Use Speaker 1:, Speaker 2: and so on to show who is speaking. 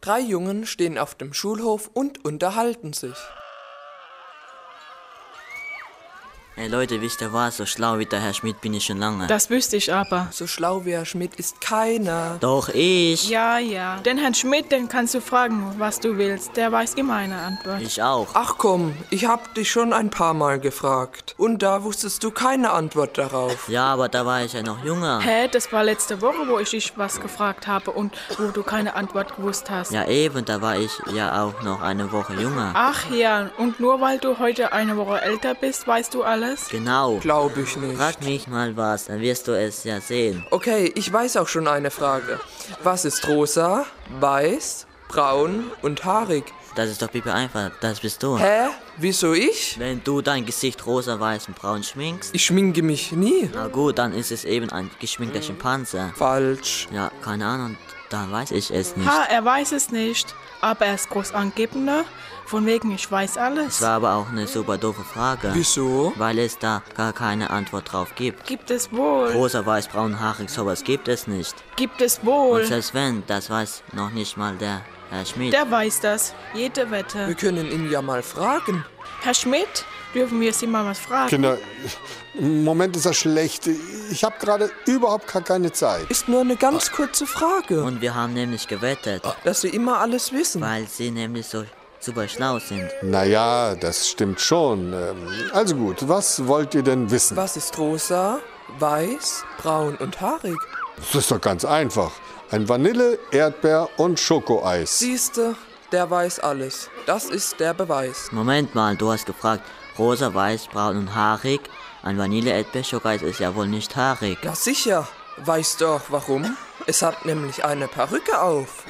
Speaker 1: Drei Jungen stehen auf dem Schulhof und unterhalten sich.
Speaker 2: Hey Leute, wisst ihr was? So schlau wie der Herr Schmidt bin ich schon lange.
Speaker 3: Das wüsste ich aber.
Speaker 1: So schlau wie Herr Schmidt ist keiner.
Speaker 2: Doch ich.
Speaker 3: Ja, ja. Den Herrn Schmidt, den kannst du fragen, was du willst. Der weiß immer eine Antwort.
Speaker 2: Ich auch.
Speaker 1: Ach komm, ich hab dich schon ein paar Mal gefragt. Und da wusstest du keine Antwort darauf.
Speaker 2: Ja, aber da war ich ja noch jünger.
Speaker 3: Hä, das war letzte Woche, wo ich dich was gefragt habe und wo du keine Antwort gewusst hast.
Speaker 2: Ja eben, da war ich ja auch noch eine Woche
Speaker 1: Ah.
Speaker 2: jünger.
Speaker 3: Ach ja, und nur weil du heute eine Woche älter bist, weißt du alles?
Speaker 2: Genau.
Speaker 1: Glaub ich nicht.
Speaker 2: Frag mich mal was, dann wirst du es ja sehen.
Speaker 1: Okay, ich weiß auch schon eine Frage. Was ist rosa, weiß, braun und haarig?
Speaker 2: Das ist doch pipi einfach, das bist du.
Speaker 1: Hä? Wieso ich?
Speaker 2: Wenn du dein Gesicht rosa, weiß und braun schminkst,
Speaker 1: Ich schminke mich nie.
Speaker 2: na gut, dann ist es eben ein
Speaker 1: Hm.
Speaker 2: geschminkter Schimpanse.
Speaker 1: Falsch.
Speaker 2: Ja, keine Ahnung, dann weiß ich es nicht.
Speaker 3: Ha, er weiß es nicht, aber er ist groß angebender, von wegen ich weiß
Speaker 2: Das
Speaker 3: alles.
Speaker 2: war aber auch eine super doofe Frage.
Speaker 1: Wieso?
Speaker 2: Weil es da gar keine Antwort drauf gibt.
Speaker 3: Gibt es wohl,
Speaker 2: Rosa, weiß, braun, haarig, sowas gibt es nicht.
Speaker 3: gibt es
Speaker 2: Und
Speaker 3: wohl.
Speaker 2: selbst wenn, das weiß noch nicht mal der Herr Schmidt.
Speaker 3: Der weiß das, jede Wette.
Speaker 1: Wir können ihn ja mal fragen.
Speaker 3: Herr Schmidt, dürfen wir Sie mal was fragen?
Speaker 4: Kinder, im Moment ist das schlecht. Ich habe gerade überhaupt gar keine Zeit.
Speaker 1: Ist nur eine ganz kurze Frage,
Speaker 2: Und wir haben nämlich gewettet,
Speaker 1: dass wir immer alles wissen.
Speaker 2: weil sie nämlich so super schlau sind.
Speaker 4: Naja, das stimmt schon. Ähm, Also gut, was wollt ihr denn wissen?
Speaker 1: Was ist rosa, weiß, braun und haarig?
Speaker 4: Das ist doch ganz einfach. Ein Vanille, Erdbeer und Schokoeis.
Speaker 1: Siehste, der weiß alles. Das ist der Beweis.
Speaker 2: Moment mal, du hast gefragt, rosa, weiß, braun und haarig. Ein vanille erdbeerschokoeis ist ja wohl nicht haarig.
Speaker 1: Ja sicher, weißt du auch warum? Es hat nämlich eine Perücke auf.